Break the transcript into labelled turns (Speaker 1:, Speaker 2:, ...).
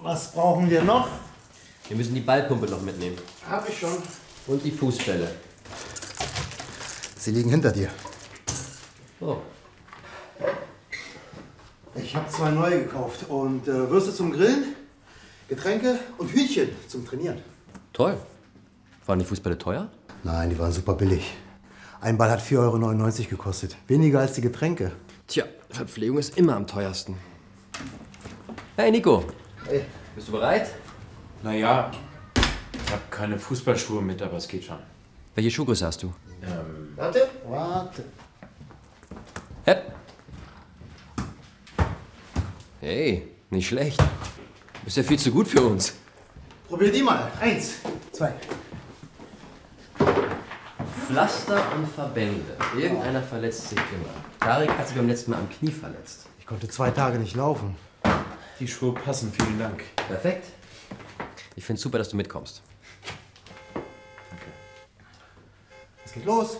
Speaker 1: Was brauchen wir noch?
Speaker 2: Wir müssen die Ballpumpe noch mitnehmen.
Speaker 1: Habe ich schon.
Speaker 2: Und die Fußbälle.
Speaker 3: Sie liegen hinter dir.
Speaker 2: Oh,
Speaker 1: Ich habe zwei neue gekauft und äh, Würste zum Grillen, Getränke und Hühnchen zum Trainieren.
Speaker 2: toll. Waren die Fußbälle teuer?
Speaker 3: Nein, die waren super billig. Ein Ball hat 4,99 Euro gekostet. Weniger als die Getränke.
Speaker 4: Tja, Verpflegung ist immer am teuersten.
Speaker 2: Hey, Nico. Bist du bereit?
Speaker 5: Naja, ich habe keine Fußballschuhe mit, aber es geht schon.
Speaker 2: Welche Schuhgröße hast du?
Speaker 1: Warte. Warte.
Speaker 2: Hep. Hey, nicht schlecht. Du bist ja viel zu gut für uns.
Speaker 1: Probier die mal. Eins, zwei.
Speaker 2: Pflaster und Verbände. Irgendeiner verletzt sich immer. Tarek hat sich beim letzten Mal am Knie verletzt.
Speaker 3: Ich konnte zwei Tage nicht laufen.
Speaker 5: Die Schuhe passen, vielen Dank.
Speaker 2: Perfekt. Ich find's super, dass du mitkommst.
Speaker 3: Es geht los.